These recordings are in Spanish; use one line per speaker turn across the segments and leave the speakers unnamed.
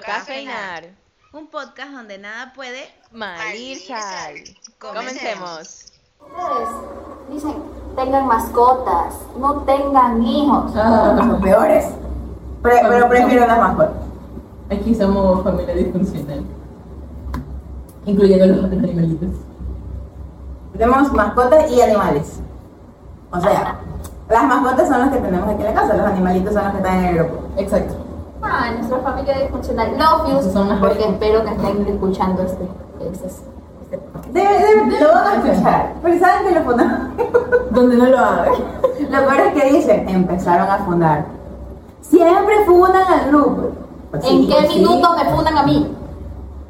cafeinar.
Un podcast donde nada puede.
Mal ir sal. Comencemos.
Ustedes dicen, tengan mascotas, no tengan hijos.
Ah,
Somos peores. Pre-
Son-
pero prefiero
son-
las mascotas.
Aquí somos familia disfuncional. Incluyendo los otros animalitos.
Tenemos mascotas y animales. O sea, las mascotas son los que tenemos aquí en la casa, los animalitos son los que están en el grupo.
Exacto.
Ah, nuestra familia disfuncional. No, Fius,
Esas son las
porque
reglas.
espero que estén escuchando este. este- este-
Debe, debe, lo van a escuchar, pero saben que lo fundaron.
Donde no lo haga.
Lo peor es que dicen, empezaron a fundar. Siempre fundan al grupo. Pues
¿En
sí,
qué
pues sí.
minuto me fundan a mí?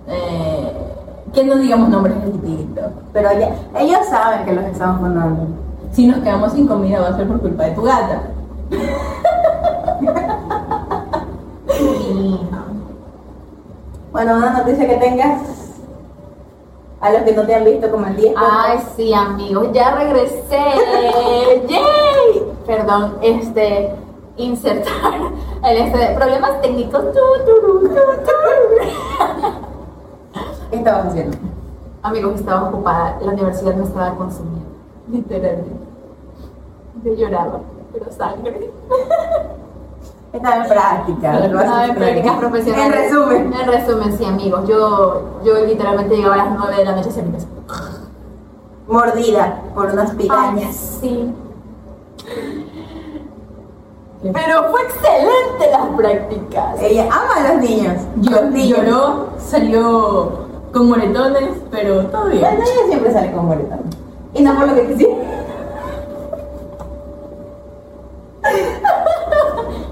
Eh, que no digamos nombres del TikTok.
Pero ya, ellos saben que los estamos fundando.
Si nos quedamos sin comida va a ser por culpa de tu gata.
Bueno, una noticia que tengas a los que no te han visto como el 10.
Ay, sí, amigos, ya regresé. ¡Yay! Perdón, este. Insertar el este de problemas técnicos. Tu, tu, tu, tu, tu.
¿Qué estabas haciendo?
Amigos, estaba ocupada, la universidad me estaba consumiendo, literalmente. Yo lloraba, pero sangre.
Estaba en práctica. lo vas
Estaba
a
en
explicar.
prácticas profesionales.
En resumen.
En resumen, sí, amigos. Yo, yo literalmente llegaba a las 9 de la noche a mi casa.
mordida por unas
Ay,
pirañas.
Sí. Pero fue excelente las prácticas.
Ella ama a los niños.
Yo,
los niños.
lloró, salió con moretones, pero todo
Las
bien.
niñas siempre salen con moretón. Y no por lo que quisiera.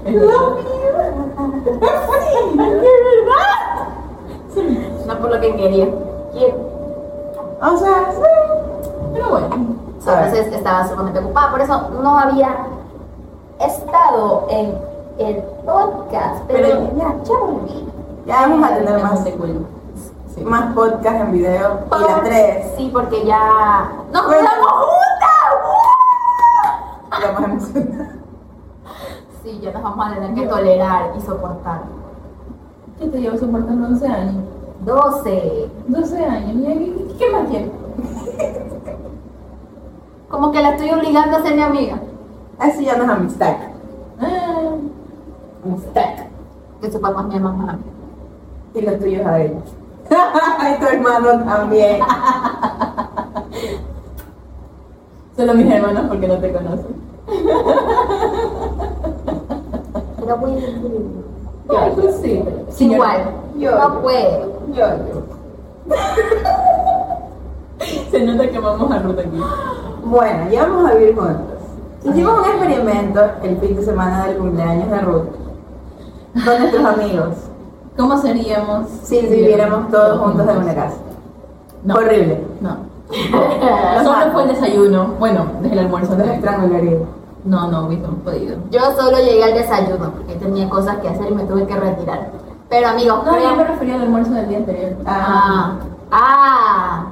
Es verdad.
No por lo que quería. Quiero.
O sea, sí.
Pero bueno.
So, Entonces estaba sumamente ocupada, por eso no había estado en el podcast, pero,
Pero
ya, ya volví.
ya vamos a tener
Además
más,
de cuello. Sí.
más podcast en video. Y las
Por-
tres.
Sí, porque ya nos
Bueno.
mudamos juntas.
Ya más emocionadas.
Sí, ya nos vamos a tener que tolerar y soportar.
¿Qué te llevo soportando 11 años?
12.
12 años. mira, ¿Qué, qué más quieres?
Como que la estoy obligando a ser mi amiga.
Así ya nos amistad.
Ah,
Amistad.
Que su papá es mi mamá.
Y los tuyos a ellos. y tu hermano también.
solo mis hermanos porque no te conocen.
Pero voy a
Ay, pues sí.
Igual.
Yo.
No puedo.
Yo, yo.
Se nota que vamos a ruta aquí.
Bueno, ya vamos a vivir juntos. Hicimos un experimento el fin de semana del cumpleaños de Ruth con nuestros amigos.
¿Cómo seríamos
Si viviéramos todos juntos en una casa.
No.
Horrible.
No.
Los
Solo
mato.
fue el desayuno. Bueno, desde el almuerzo.
Nosotros estrangularíamos.
No, no hubiésemos podido.
Yo solo llegué al desayuno porque tenía cosas que hacer y me tuve que retirar. Pero amigos,
No, yo
crean-
me refería al almuerzo del día anterior.
Ah, ah,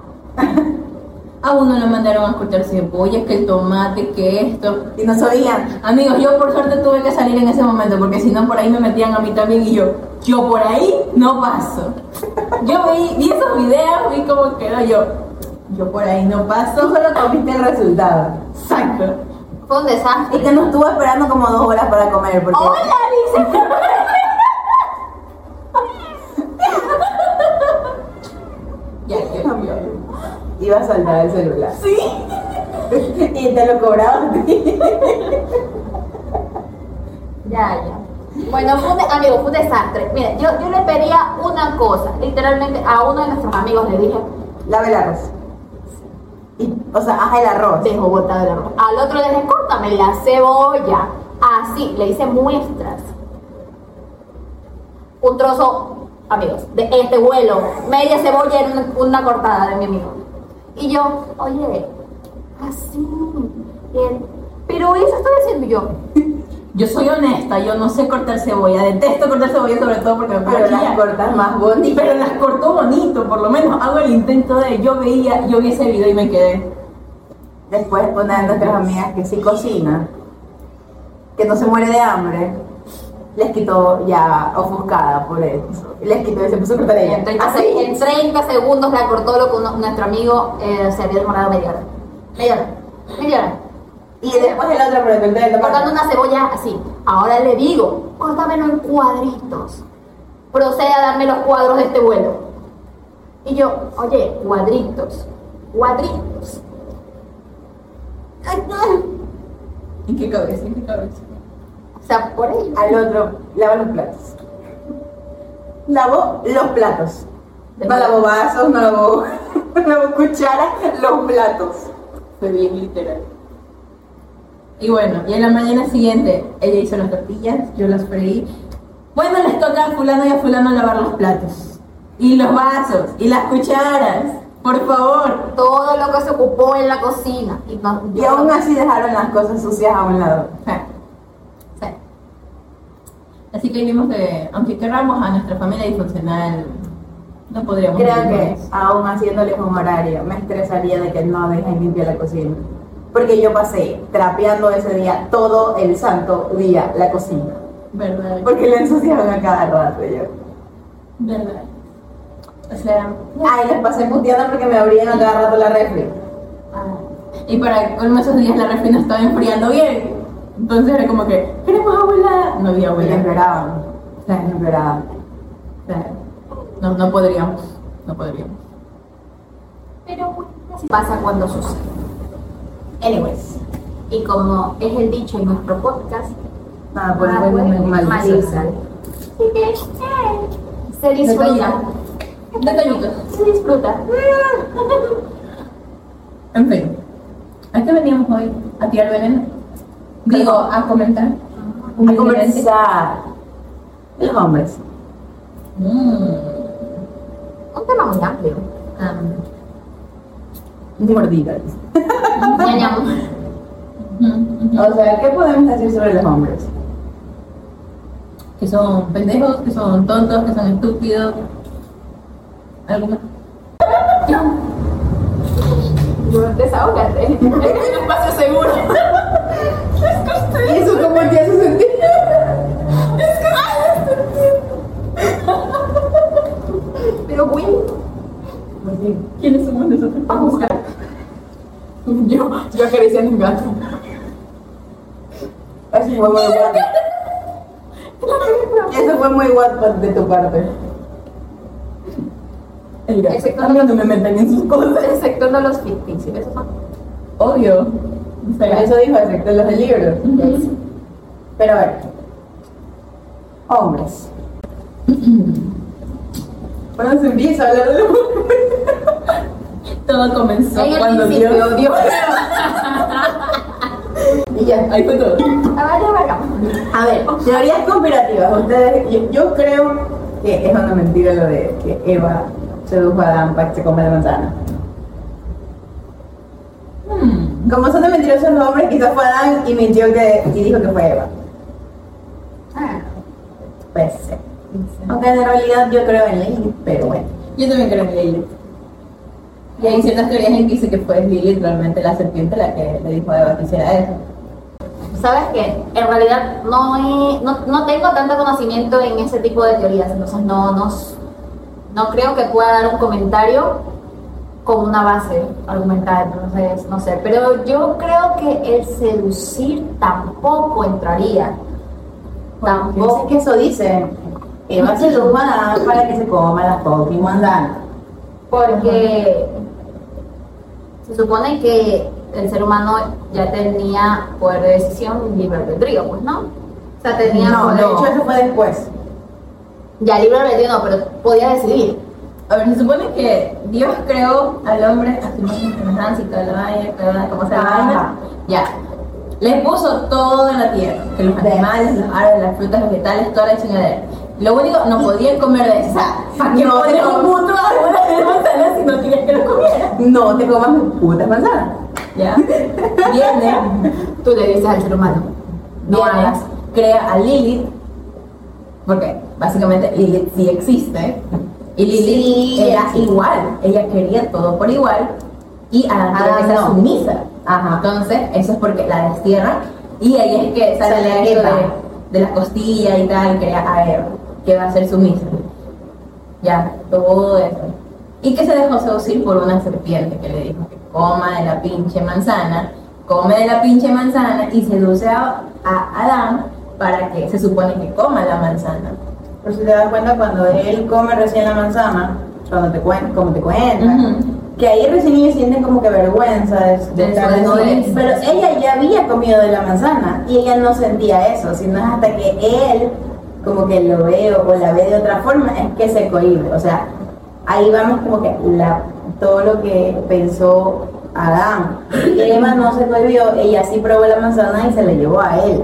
A uno le mandaron a cortar cebolla, que el tomate, que esto.
Y nos oían.
Amigos, yo por suerte tuve que salir en ese momento porque si no por ahí me metían a mí también y yo, yo por ahí no paso. Yo vi, vi esos videos, vi cómo quedó yo, yo por ahí no
Tú
paso.
solo comiste el resultado.
Exacto.
fue un
Y
desastre.
que nos estuvo esperando como dos horas para comer. Porque
Hola, dice.
Ya, yo, yo.
iba a saltar el celular.
Sí.
y te lo cobraba a ti.
Ya, ya. Bueno, fue un de- amigo, fue un desastre. Mira, yo, yo le pedía una cosa, literalmente a uno de nuestros amigos le dije,
Lave el arroz. Y, o sea, haz el arroz.
dejo botado el arroz. Al otro le dije, córtame la cebolla. Así, le hice muestras. Un trozo, amigos, de este vuelo. Media cebolla en una, una cortada de mi amigo. Y yo, oye, así. Y él, pero eso estoy haciendo yo.
Yo soy honesta, yo no sé cortar cebolla, detesto cortar cebolla sobre todo porque me pongo
Pero las
chilla.
cortas más
Y
bonitas.
pero las cortó bonito, por lo menos hago el intento de yo veía, yo vi ese video y me quedé.
Después una de nuestras amigas que sí cocina, que no se muere de hambre, les quitó ya ofuscada por eso. Les quitó y se puso a cortar ella.
En 30,
Así,
se- en 30 segundos la cortó lo que uno- nuestro amigo eh, se había demorado media hora. Media hora. Media hora.
Y después el otro por el corte del
Cortando
tomate.
una cebolla así. Ahora le digo, córtamelo en cuadritos. Procede a darme los cuadros de este vuelo. Y yo, oye, cuadritos. Cuadritos. Ay, no.
¿En qué cabeza? ¿En qué cabeza?
O sea, por ahí.
Al otro, lava los platos. Lavó los platos. No lavó vasos, no lavó, no lavó cucharas, los platos.
Fue bien literal. Y bueno, y en la mañana siguiente, ella hizo las tortillas, yo las freí. Bueno, les toca a fulano y a fulano lavar los platos. Y los vasos, y las cucharas, por favor.
Todo lo que se ocupó en la cocina. Y, no-
Y
yo-
aún así dejaron las cosas sucias a un lado.
Ja. Ja. Así que vimos que, aunque querramos a nuestra familia disfuncional, no podríamos...
Creo que
vivirnos.
aún haciéndoles un horario, me estresaría de que no dejen limpia la cocina. Porque yo pasé trapeando ese día todo el santo día la cocina.
Verdad.
Porque la ensuciaron a cada rato yo.
Verdad. O sea...
Ay, les pasé puteando porque me abrían a cada rato la refri.
Ah, Y para colmo esos días la refri no estaba enfriando bien. Entonces era como que, queremos abuela. No había
Me
abuela.
esperaban. Me esperaban.
O sea, No, no podríamos. No podríamos.
Pero bueno, así pasa cuando sucede. Anyways. Y como es el dicho en nuestro podcast,
Nada, por
Ah, bueno,
maliza.
maliza. Así que, eh, se disfruta.
Detallitos.
Se disfruta.
En fin. ¿A qué veníamos hoy? ¿A tirar veneno? Digo, a comentar.
A conversar. Los hombres.
Mm.
Un tema muy amplio.
Ah.
Mordidas.
Ñañamos.
Mm, mm.
O sea, ¿qué podemos decir sobre los hombres?
Que son pendejos, que son tontos, que son estúpidos. ¿Algo más?
Desahógate. Es un espacio seguro.
¿Y eso cómo te hace sentir?
Pero Will,
Pues
¿Quiénes somos nosotros?
a buscar.
Yo, yo acaricié a mi gato.
Eso fue muy guapo. Eso fue muy guapo de tu parte.
El gato.
Excepto-
A mí no me metan en sus cosas.
Excepto no los ficticios. Esos son.
Obvio. O
Pero
sea,
eso dijo excepto los del libro. Pero a ver. Hombres. Bueno, se empieza a hablar de los hombres.
todo comenzó
En el
cuando
principio,
Dios.
Dios Y ya.
Ahí fue todo.
Ah, ya verga.
A ver, teorías conspirativas. Ustedes, yo, yo creo que es una mentira lo de que Eva sedujo a Adán para que se coma la manzana.
Hmm.
Como son de mentirosos los hombres, quizás fue Adán y mintió que, y dijo que fue Eva.
Ah,
Pues sí. Aunque en realidad yo creo en Lilith, pero bueno.
Yo también creo en Lilith. Y hay ciertas teorías en que dice que fue Lilith realmente la serpiente la que le dijo a Eva que hiciera eso.
Sabes que en realidad no, he- no, no tengo tanto conocimiento en ese tipo de teorías, entonces no, no, s- no creo que pueda dar un comentario con una base argumentada, entonces no sé. Pero yo creo que el seducir tampoco entraría.
Vos
Tampoco.
que eso dice. Eva sedujo a Adán para que se coma la fucking manzana.
Porque se supone que el ser humano ya tenía poder de decisión y libre albedrío, pues no. O sea, tenía
No, de
poder.
hecho eso fue después.
ya libre albedrío no, pero podía decidir.
A ver, se supone que Dios creó al hombre a su misma semejanza y toda la vaina, toda la- como sea la
Ajá.
vaina. Ya. Les puso todo en la tierra, que los
Ve.
animales, los árboles, las frutas, vegetales, toda la chingadera. Lo único, no podían comer de esa. ¿Para qué
No,
poner
no.
un puto árbol de manzana si no querías que lo comiera?
No te comas mis putas manzanas.
Ya. Viene,
Tú le dices al ser humano, no
viene,
hagas.
crea a Lilith, porque básicamente Lilith sí existe. Y Lilith
Sí,
era
existe.
igual, ella quería todo por igual y Adán tuvo que
Adán
ser
Ah, no.
sumisa.
Ajá.
Entonces, eso es porque la destierra y ahí es que sale
Sale
el hecho
Eva.
de de las costillas y tal, que a ver, que va a ser sumisa. Ya, todo eso. Y que se dejó seducir por una serpiente que le dijo que coma de la pinche manzana, come de la pinche manzana y seduce a, a Adán para que se supone que coma la manzana.
Pero si te das cuenta, cuando él come recién la manzana, cuando te, cuen como te cuenta,
Ujú.
que ahí recién ellos sienten como que vergüenza de, de
De
estar
su
desnuda.
desnudez.
Pero ella ya había comido de la manzana y ella no sentía eso, sino es hasta que él como que lo ve o o la ve de otra forma, es que se cohibe. O sea, ahí vamos como que la, todo lo que pensó Adán. Y Eva no se cohibió, ella sí probó la manzana y se la llevó a él.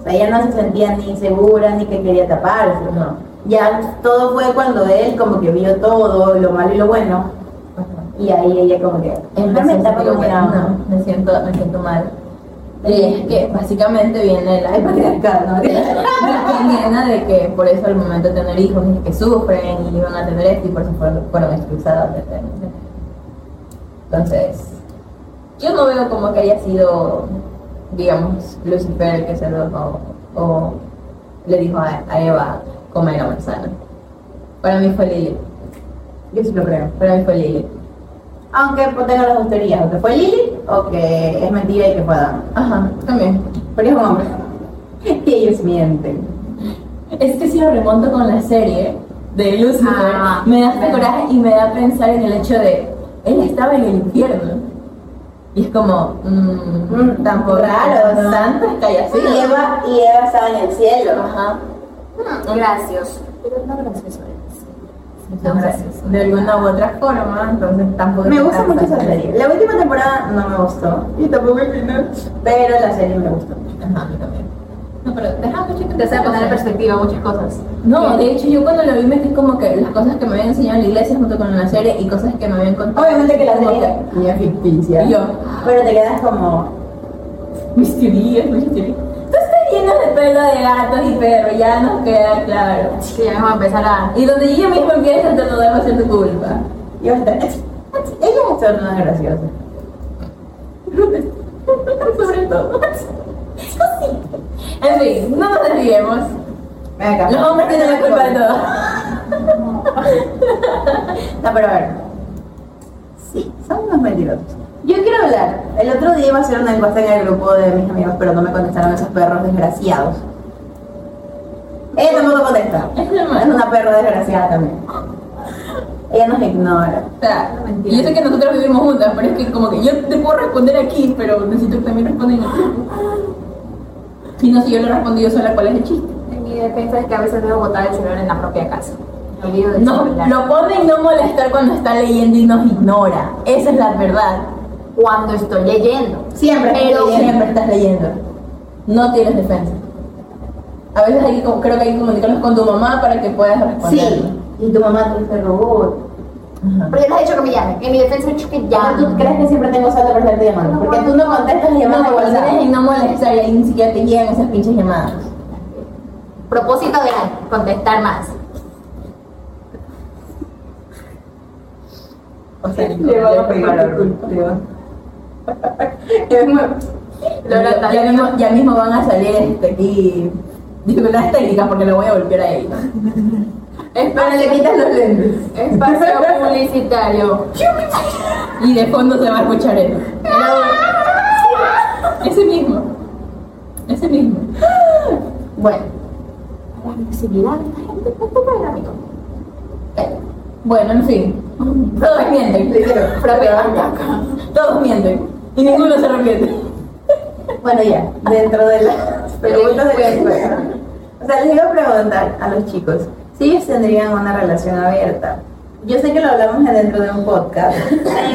O sea, ella no se sentía ni segura ni que quería taparse, no. Ya todo fue cuando él como que vio todo, lo malo y lo bueno, y ahí ella como que...
En
"No me tapa como que
no,
nada".
me siento, me siento mal. Y es que básicamente viene la
Ay, patriarcado, ¿no?
condena de que por eso al momento de tener hijos es que sufren y van a tener esto y por eso fueron, fueron expulsados del reino. Entonces, yo no veo como que haya sido, digamos, Lucifer el que se lo o, o le dijo a, a Eva comer la manzana. Para mí fue Lilith,
Yo sí lo creo.
para mí fue Lilith.
Aunque pues, tengo las dos teorías, o que fue Lili o que es mentira y que fue Adán.
Ajá, también.
Pero es un hombre. Y ellos mienten.
Es que si lo remonto con la serie de Lucifer,
Ah,
me da hasta
bueno.
coraje y me da pensar en el hecho de él estaba en el infierno. Y es como, mmm,
Mm,
tampoco
raro, ¿no?
santas que haya
Y
sido.
Eva, y Eva estaba en el cielo.
Ajá.
Mm, Gracias. ¿eh?
Entonces, de alguna u otra forma, entonces tampoco.
Me
es
gusta
tan
mucho esa
santo.
serie. La última temporada no me gustó. Y tampoco el final. Pero la serie me gustó.
Ajá, a mí también. No, pero déjame que
Te hace poner en perspectiva muchas cosas.
No, de hecho, yo cuando lo vi me quedé como que las cosas que me habían enseñado en la iglesia junto con la serie y cosas que me habían contado.
Obviamente que la
como
serie ni es ficticia.
Y yo.
Pero te quedas como.
Mis teorías, mis teorías. Tú estás lleno de pelo de gatos y perros, ya nos queda claro. Ah,
Sí, ya vamos a empezar a.
Y donde yo mismo empiezo a va a ser tu culpa.
Yo hasta. Ella es una graciosa.
Sobre todo. en fin, no nos desviemos.
Ven acá.
Los hombres tienen la culpa de todo.
No, pero a ver. Sí, son unos mentirosos. Yo quiero hablar. El otro día iba a hacer una encuesta en el grupo de mis amigos, pero no me contestaron esos perros desgraciados. Ella tampoco contesta.
Es normal.
Es una perra desgraciada también. Ella nos ignora.
O sea, y yo sé que nosotros vivimos juntas, pero es que como que yo te puedo responder aquí, pero necesito que también respondan aquí. Y no, si yo le respondí yo sola, ¿cuál es el chiste?
En mi defensa es que a veces debo botar el celular en la propia casa. Me olvido del
No,
celular.
lo ponen no molestar cuando está leyendo y nos ignora. Esa es la verdad.
Cuando estoy leyendo.
Siempre,
Pero
siempre.
siempre estás leyendo. No tienes defensa. A veces hay que, co- creo que hay que comunicarlos con tu mamá para que puedas responder.
Sí. Y tu mamá te dice robot.
Pero yo les he hecho que me llamen. En mi defensa he hecho que
Ya,
llamen.
¿tú crees que siempre tengo saldo para estarte llamando? Porque tú no contestas las
No,
llamadas de
cuando
WhatsApp.
tienes y no molestar y ahí ni siquiera te llegan esas pinches llamadas.
Propósito de contestar más.
O sea,
Lola,
ya, ya
también-
mismo, ya mismo van a salir este, aquí digo, las técnicas porque le voy a golpear a él.
Ahora le quitas los lentes.
Espacio publicitario.
Y de fondo se va a escuchar él. Ese mismo. Ese mismo.
Bueno.
La visibilidad de la gente. Un poco de gráfico.
Bueno, en fin. Todos mienten. Todos mienten. Y ninguno se arrepiente.
Bueno, ya, dentro de las preguntas de la escuela. O sea, les iba a preguntar a los chicos si ellos tendrían una relación abierta. Yo sé que lo hablamos dentro de un podcast,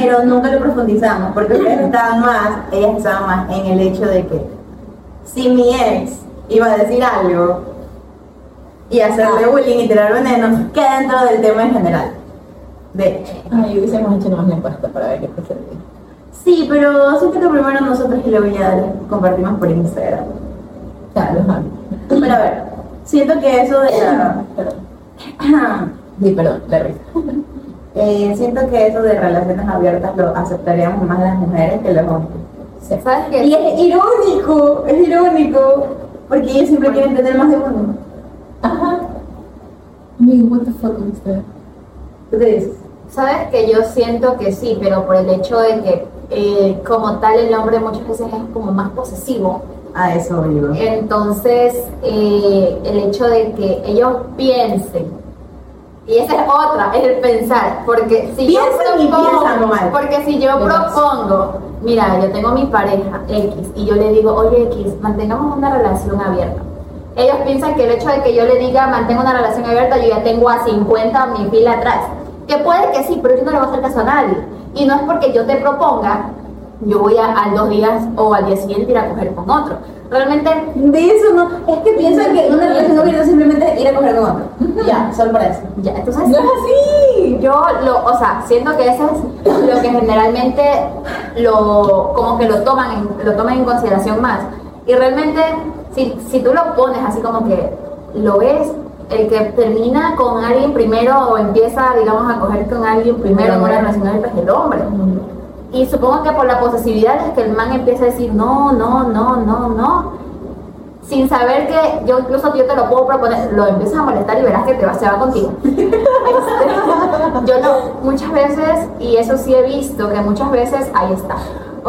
pero nunca lo profundizamos porque ustedes estaban más, ellas estaban más en el hecho de que si mi ex iba a decir algo y hacerle bullying y tirar veneno, que dentro del tema en general. De
Ay, hubiésemos hecho nomás la encuesta para ver qué procede.
sí, pero siento que primero nosotros y luego ya compartimos por Instagram.
Claro, ajá.
Pero a ver, siento que eso de la.
Perdón. Sí, perdón, la risa.
Eh, siento que eso de relaciones abiertas lo aceptaríamos más las mujeres que los hombres.
¿Sabes qué?
Y es irónico, es irónico Porque ellos siempre quieren tener más de uno.
Ajá. Amigo, what the fuck is that?
¿Tú qué dices?
Sabes que yo siento que sí, pero por el hecho de que eh, como tal el hombre muchas veces es como más posesivo.
A eso iba.
Entonces, eh, el hecho de que ellos piensen, y esa es otra, es el pensar, porque si
Piensan y
yo propongo,
piensan mal.
porque si yo
Demasiado.
propongo, mira, yo tengo mi pareja X y yo le digo, oye X, mantengamos una relación abierta. Ellos piensan que el hecho de que yo le diga mantengo una relación abierta, yo ya tengo a 50 mi fila atrás. Que puede que sí, pero yo no le voy a hacer caso a nadie. Y no es porque yo te proponga, yo voy a, a dos días o al día siguiente ir a coger con otro. Realmente
De eso no. Es que piensan que una relación abierta simplemente es ir a coger con otro. Ya, solo para eso.
Ya, entonces.
¡No es así!
Yo lo, o sea, siento que eso es lo que generalmente lo, como que lo toman, en- lo toman en consideración más. Y realmente, si, si tú lo pones así como que lo ves, el que termina con alguien primero o empieza, digamos, a coger con alguien primero en una relación abierta es pues, el hombre. Y supongo que por la posesividad es que el man empieza a decir no, no, no, no, no. Sin saber que yo incluso yo te lo puedo proponer, lo empiezas a molestar y verás que te va, se va contigo. Este, yo no, muchas veces, y eso sí he visto, que muchas veces ahí está.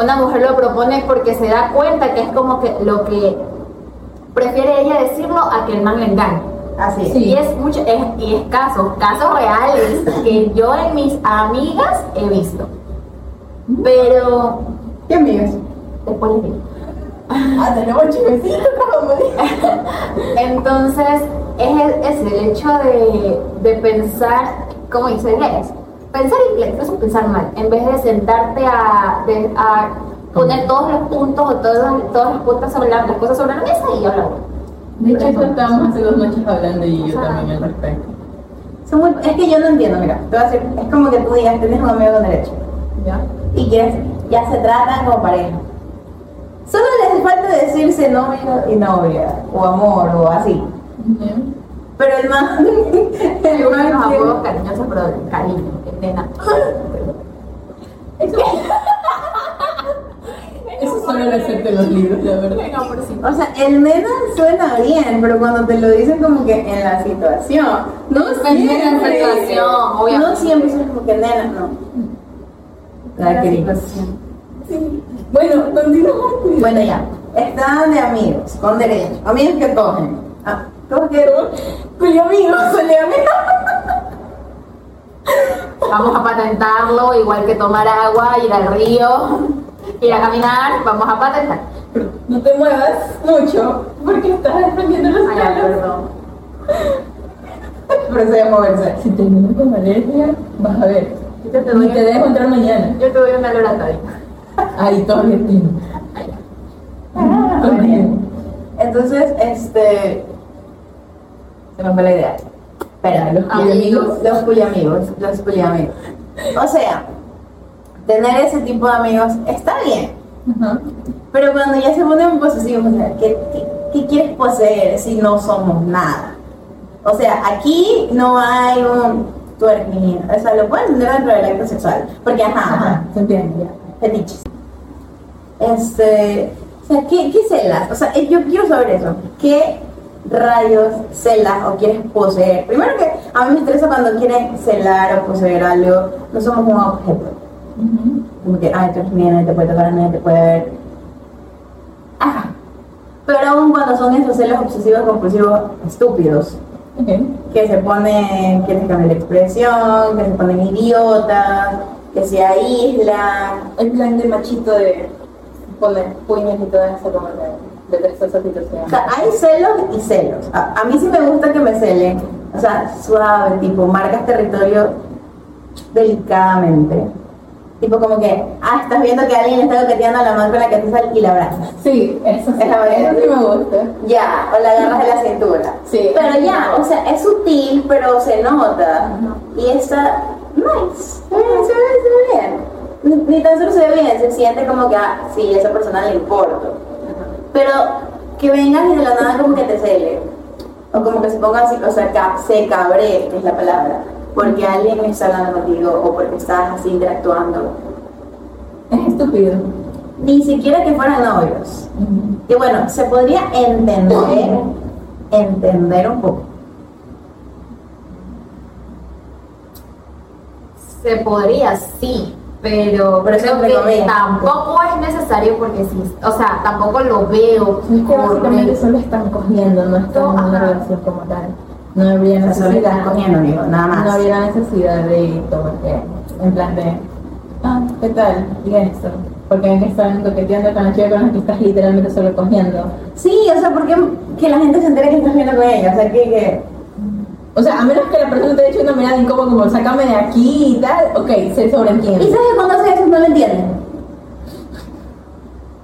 Una mujer lo propone porque se da cuenta que es como que lo que prefiere ella decirlo a que el man le engañe.
Así es.
Sí.
Y es mucho, es- y es casos, casos reales que yo en mis amigas he visto. Pero
Mm. ¿Qué amigos?
después les digo.
Ah, tenemos chivecito,
Entonces, es el, es el hecho de, de pensar, como dice Inés, pensar inglés, incluso pensar mal, en vez de sentarte a, de- a poner
Mm.
todos los puntos o todos, todas las puntas sobre la- las cosas sobre la mesa y hablar.
De hecho, esto estábamos hace dos noches hablando y yo también al respecto.
Son muy- es que yo no entiendo, mira. Te voy a decir, es como que tú digas, tienes un amigo con derecho.
¿Ya?
Y que es- ya se tratan como pareja. Solo les hace falta decirse novio y novia, o amor, o así. Pero el man. El
Unos
man que-
apodos cariñosos, pero de cariño, que nena.
Eso solo lo acepto en los libros, la verdad.
Venga, por sí.
O sea, el nena suena bien, pero cuando te lo dicen como que en la situación. No
Depende de la
siempre.
situación,
No
obviamente.
siempre es como que nena, no. La querida.
Bueno, continuamos.
Bueno, ya. Están de amigos, con derecho. Amigos que cogen. Ah, ¿Cómo que?
pues, Poliamigos, poliamigos.
Vamos a patentarlo, igual que tomar agua, ir al río, ir a caminar, vamos a patentar.
No te muevas mucho porque estás defendiendo los
Ay, ya,
palos.
perdón.
Procede a moverse.
Si terminas con alergia, vas a ver.
Yo te doy,
Ni te dejo entrar mañana.
yo te doy una laboratoria.
Ahí todavía tiene.
Ah,
Continúa.
bueno. Entonces, este. Se me fue la idea. Espera, los
Amigos.
poliamigos. Los poliamigos. Los poliamigos. O sea, tener ese tipo de amigos está bien.
Ajá.
Pero cuando ya se ponen posesivos, o sea, ¿qué, qué, qué quieres poseer si no somos nada? O sea, aquí no hay un tú eres mi- O sea, lo pueden entender dentro del acto sexual. Porque, ajá, ajá,
Ajá, se entiende ya.
fetiches. Este, o sea, ¿qué, qué celas? O sea, eh, yo quiero saber eso. ¿Qué rayos celas o quieres poseer? Primero que a mí me interesa cuando quieren celar o poseer algo, no somos un objeto.
Ujú.
Como que, ay, tú eres mía, nadie te puede tocar, nadie te puede ver. Ajá. Pero aún cuando son esos celos obsesivos, compulsivos, estúpidos,
Ok.
que se ponen, que se cambian de expresión, que se ponen idiotas, que se aíslan,
El plan de machito de poner puños y todo eso como de detesto esa situación.
O sea, hay celos y celos. A, a mí sí me gusta que me celen. O sea, suave, tipo, marcas territorio delicadamente. Tipo como que, ah, estás viendo que alguien está coqueteando a la mano con la que tú sales y la abrazas.
Sí, eso sí,
Es la verdad.
eso sí me gusta.
Ya, o la agarras de la cintura.
Sí.
Pero ya, o sea, es sutil, pero se nota. Y está nice. Se ve, se ve- se ve bien. Ni, ni tan solo se ve bien, se siente como que, ah, sí, a esa persona le importo. Pero que vengas y de la nada como que te cele. O como que se ponga así, o sea, ca- se cabre, es la palabra. Porque alguien está hablando contigo o porque estás así interactuando.
Es estúpido.
ni siquiera que fueran novios. Y bueno, se podría entender, entender un poco.
Se podría, sí, pero
Pero eso
creo
entre
que
comillas.
tampoco es necesario porque sí, o sea, tampoco lo veo.
Es que básicamente
correcto.
solo están cogiendo, no están en una
Ajá.
relación como tal. No habría
sea, solo
necesidad.
están cogiendo, amigo, nada más.
No habría necesidad de tomarte en plan de, ah, ¿qué tal? Diga esto. Porque ven que están coqueteando con la chica con la que estás literalmente solo cogiendo.
Sí, o sea, porque que la gente se entere que estás viendo con ella, o sea, que, que
O sea, a menos que la persona te haya hecho una mirada incómoda como, sácame de aquí y tal, ok, se
Y
sobreentiende.
sabes que cuando haces eso no lo entienden.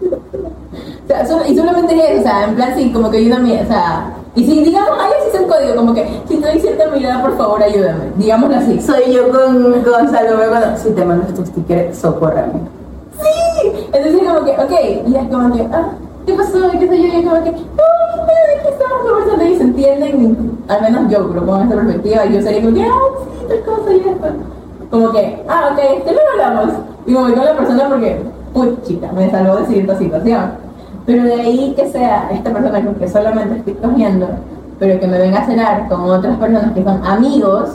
O sea, solo- y solamente es eso, o sea, en plan, sí, como que hay una mirada, o sea, y si digamos, ahí sí es un código, como que, si te doy cierta mirada, por favor, ayúdame, digámoslo así.
Soy yo con Gonzalo, me cuando si te mando tus tickets, socórrame.
¡Sí! Entonces es como que, ok, y es como que, ah, ¿qué pasó? ¿Qué soy yo? Y es como que, ¡ay, mira, aquí estamos conversando! Y se entienden, al menos yo, creo, con esta perspectiva, yo sería como que, ah, sí, tal cosa y esto. Como que, ah, ok, este luego hablamos. Y me voy con la persona porque, uy, chica, me salvó de cierta situación. Pero de ahí que sea esta persona con que solamente estoy cogiendo, pero que me venga a cenar con otras personas que son amigos,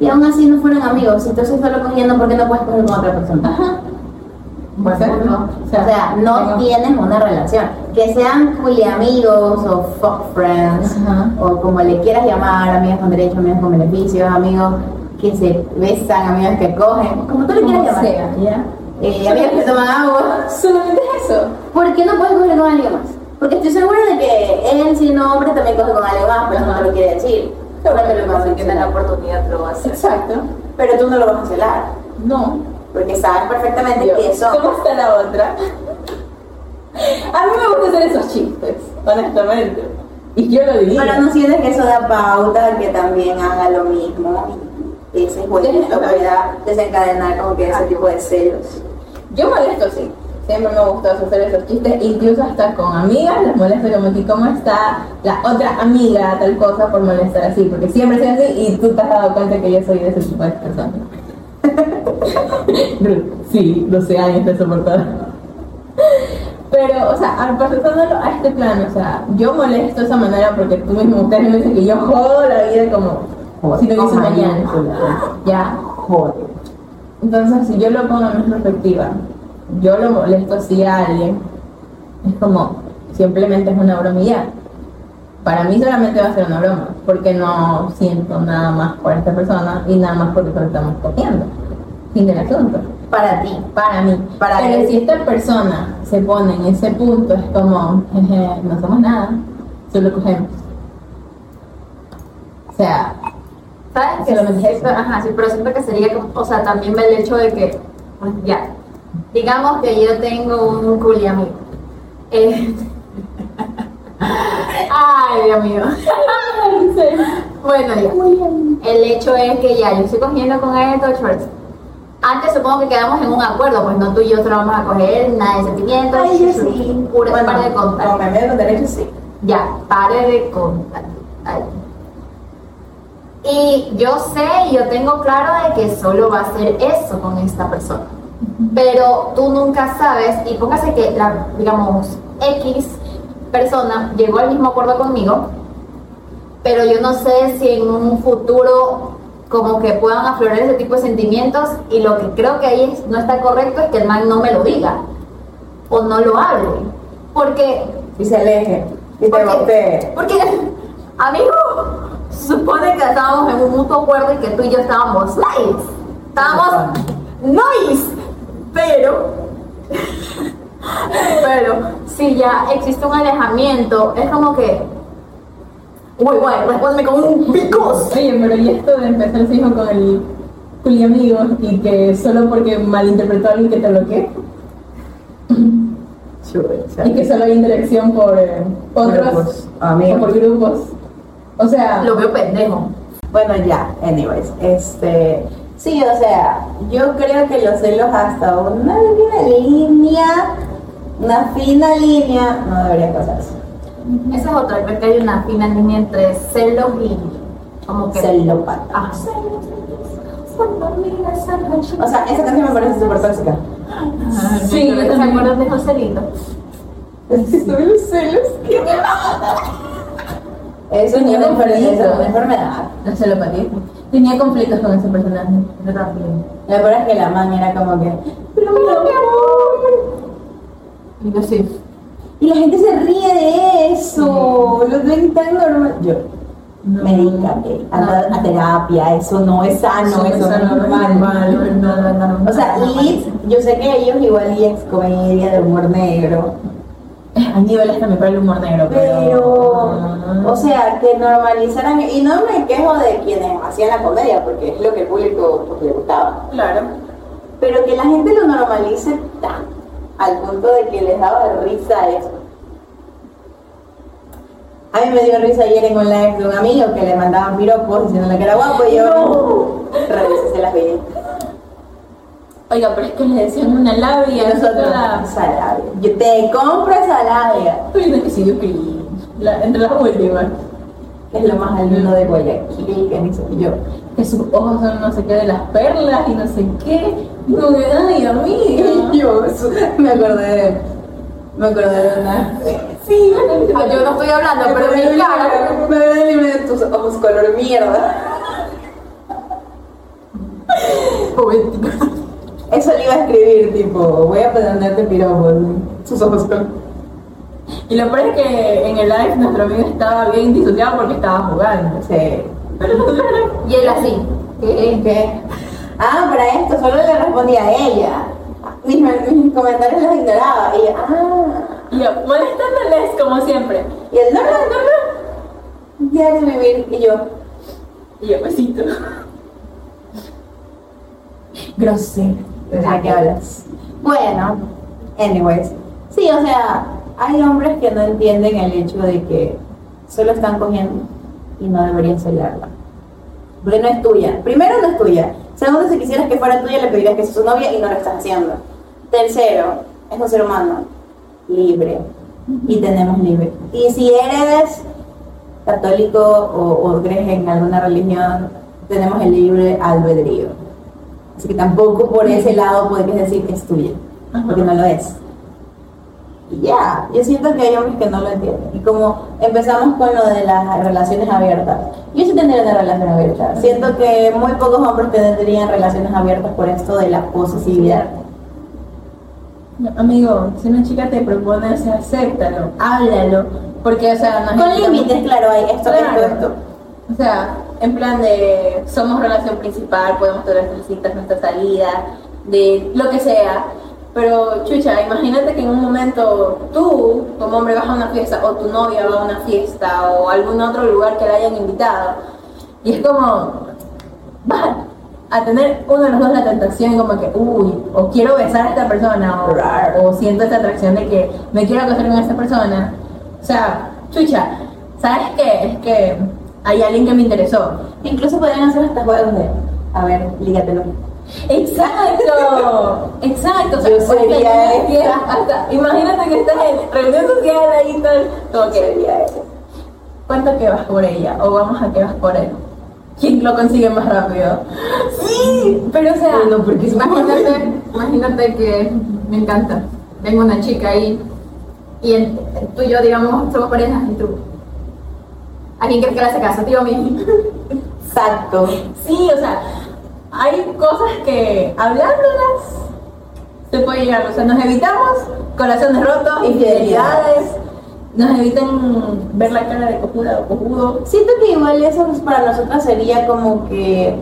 Y aún así no fueron amigos, entonces solo cogiendo porque no puedes coger con otra persona.
ajá.
O sea, no, o sea, no
tengo-
tienes una relación. Que sean culiamigos o fuck friends,
Ajá.
o como le quieras llamar, amigas con derechos, amigas con beneficios, amigos que se besan, amigas que cogen, como tú le quieras
Como
llamar.
sea, ¿ya?
Eh, amigas que toman agua.
Solamente es eso.
¿Por qué no puedes coger con alguien más? Porque estoy segura de que él, si no hombre, también coge con alguien más, pero no te lo quiere decir. Ahora que lo pasa que te da la oportunidad, lo vas a hacer.
Exacto.
Pero tú no lo vas a celar,
No.
porque sabes perfectamente
Yo,
que eso.
¿Cómo está la otra? A mí me gusta hacer esos chistes, honestamente. Y yo lo diría.
Pero no sientes que eso da pauta que también haga lo mismo. Y ese jueguito pueda desencadenar como que ese tipo de celos.
Yo molesto, sí. Siempre me ha gustado hacer esos chistes, incluso hasta con amigas les molesto como que cómo está la otra amiga, tal cosa, por molestar así, porque siempre soy así y tú te has dado cuenta que yo soy de ese tipo de persona. sí, 12 años de soportado. Pero, o sea, a- pasándolo a este plano, o sea, yo molesto de esa manera porque tú mismo, ustedes me dicen que yo jodo la vida como si lo hice mañana. Ya,
Joder.
entonces, si yo lo pongo en mi perspectiva, yo lo molesto así a alguien, es como, simplemente es una bromilla. Para mí solamente va a ser una broma, porque no siento nada más por esta persona y nada más porque solo estamos cogiendo. Fin del asunto.
Para ti.
Para mí.
Para
Pero
él.
si esta persona se pone en ese punto, es como, "Jeje, no somos nada, solo cogemos. O sea,
¿Sabes? Que
Solamente
siento-
eso.
ajá, sí, pero siento que sería como, o sea, también el hecho de que, pues, ya, digamos que yo tengo un culiamigo. Eh, ay, Dios mío. bueno, ya. El hecho es que ya, yo estoy cogiendo con estos shorts. Antes supongo que quedamos en un acuerdo, pues no tú y yo te lo vamos a coger, nada de sentimientos, pura par de contacto.
Con cambio de derechos sí.
Ya, pare de contar. Ay. Y yo sé, y yo tengo claro de que solo va a ser eso con esta persona. Pero tú nunca sabes, y póngase que, la, digamos, X persona llegó al mismo acuerdo conmigo, pero yo no sé si en un futuro como que puedan aflorar ese tipo de sentimientos y lo que creo que ahí es- no está correcto es que el man no me lo diga o no lo hable. Porque
Y se aleje. Y te bote.
porque, amigo, se supone que estábamos en un mutuo acuerdo y que tú y yo estábamos nice. Estábamos nice. Pero, pero, si ya existe un alejamiento, es como que. Uy, güey, respóndeme con un picos.
Oye, pero y esto de empezar su hijo con el culiamigo y que solo porque malinterpretó a alguien que te bloqueé y que solo hay interacción por eh, otros
Grupos, amigos.
o por grupos. O sea,
Lo veo pendejo.
Bueno, ya, anyways, este, sí, o sea, yo creo que los celos hasta una fina línea, una fina línea, no debería pasarse.
Esa es otra, creo que hay una fina línea entre celos y. Como que.
Ah.
Celopata.
Ah,
O sea, esa canción me parece súper tóxica.
Sí, yo
¿Se
también.
acuerdan de Joselito?
Estoy los celos. Es un
Tenía
enfermedad,
conflicto.
una enfermedad.
No se lo pagué. Tenía conflictos con ese personaje. Rápido.
La verdad es que la man era como que, pero mira, mi amor.
Y yo sí.
Y la gente se ríe de eso. Los ven tan normal. Yo,
No.
medícate, anda a terapia, eso no es sano,
Eso no
eso,
es
no es
sano,
normal.
normal, normal, normal.
O sea, Liz, yo sé que ellos igual y es comedia de humor negro,
Hay niveles también para este, el humor negro,
pero, o
pero...
sea, que normalizaran, y no me quejo de quienes hacían la comedia, porque es lo que el público pues, le gustaba,
Claro.
pero que la gente lo normalice tan, al punto de que les daba risa eso. A mí me dio risa ayer en un live de un amigo que le mandaban piropos diciéndole que era guapo y yo, revisé las vi.
Oiga, pero es que le decían una labia.
Y nosotros,
otra-
Salavia. Yo te compro Salavia,
Uy, no, que sí, yo cringe. La- Entre las últimas.
que es lo más lindo de Guayaquil, que ni sé yo.
Que sus ojos son no sé qué de las perlas y no sé qué. Y como que, ay, amiga.
Y yo su- me acordé de, me acordé de una. Sí,
Ah, yo no estoy hablando, pero mi cara.
Me veo libre de tus ojos color mierda.
Poética.
Eso le iba a escribir, tipo, voy a pretenderte piropos. Sus ojos color.
Y lo peor es que en el live nuestro amigo estaba bien disociado porque estaba jugando.
Sí.
Y él así. ¿Qué?
¿Qué? Ah, para esto solo le respondía a ella. Mis, mis comentarios los ignoraba. Y yo, ah.
Y yo, molestándoles como siempre.
Y él, no, no, no, no. Ya de vivir. Y yo,
Y yo, besito. Grosero.
¿de qué hablas? Bueno, anyways. Sí, o sea, hay hombres que no entienden el hecho de que solo están cogiendo y no deberían celarla. Porque no es tuya. Primero, no es tuya. Segundo, si quisieras que fuera tuya, le pedirías que sea su novia y no lo estás haciendo. Tercero, es un ser humano libre. Y tenemos libre. Y si eres católico o, o crees en alguna religión, tenemos el libre albedrío. Así que tampoco por ese lado podrías decir que es tuya,
Ajá.
porque no lo es. Y ya, yo siento que hay hombres que no lo entienden. Y como empezamos con lo de las relaciones abiertas, yo sí tendría una relación abierta. Siento que muy pocos hombres tendrían relaciones abiertas por esto de la posesividad.
Amigo, si una chica te propone, o sea, acéptalo, háblalo. Porque, o sea, nos
Con límites, claro, hay esto,
Claro.
esto, esto.
O sea, en plan de somos relación principal, podemos tener nuestras citas, nuestra salida, de lo que sea. Pero, chucha, imagínate que en un momento tú, como hombre, vas a una fiesta, o tu novia va a una fiesta, o algún otro lugar que la hayan invitado. Y es como, vas a tener uno de los dos la tentación, como que, uy, o quiero besar a esta persona, o, o siento esta atracción de que me quiero acostar con esta persona. O sea, chucha, ¿sabes qué? Es que hay alguien que me interesó.
Incluso podrían hacer hasta juegos de, a ver, lígatelo.
Exacto, exacto.
Yo
hasta
sería
que
esa.
quieras, hasta- imagínate que estás en reunión social ahí tal, como que,
Sería eso.
¿cuánto que vas por ella? O vamos a que vas por él. ¿Quién lo consigue más rápido? Sí, pero o sea,
Bueno, porque es
Imagínate, imagínate que me encanta. Tengo una chica ahí y en- tú y yo, digamos, somos parejas y tú. ¿A quién crees que le hace caso? Tío a mí.
Exacto.
Sí, o sea, hay cosas que hablándolas se puede llegar. O sea, nos evitamos corazones rotos, infidelidades, nos evitan ver la cara de cojuda o cojudo.
Siento que igual eso pues, para nosotras sería como que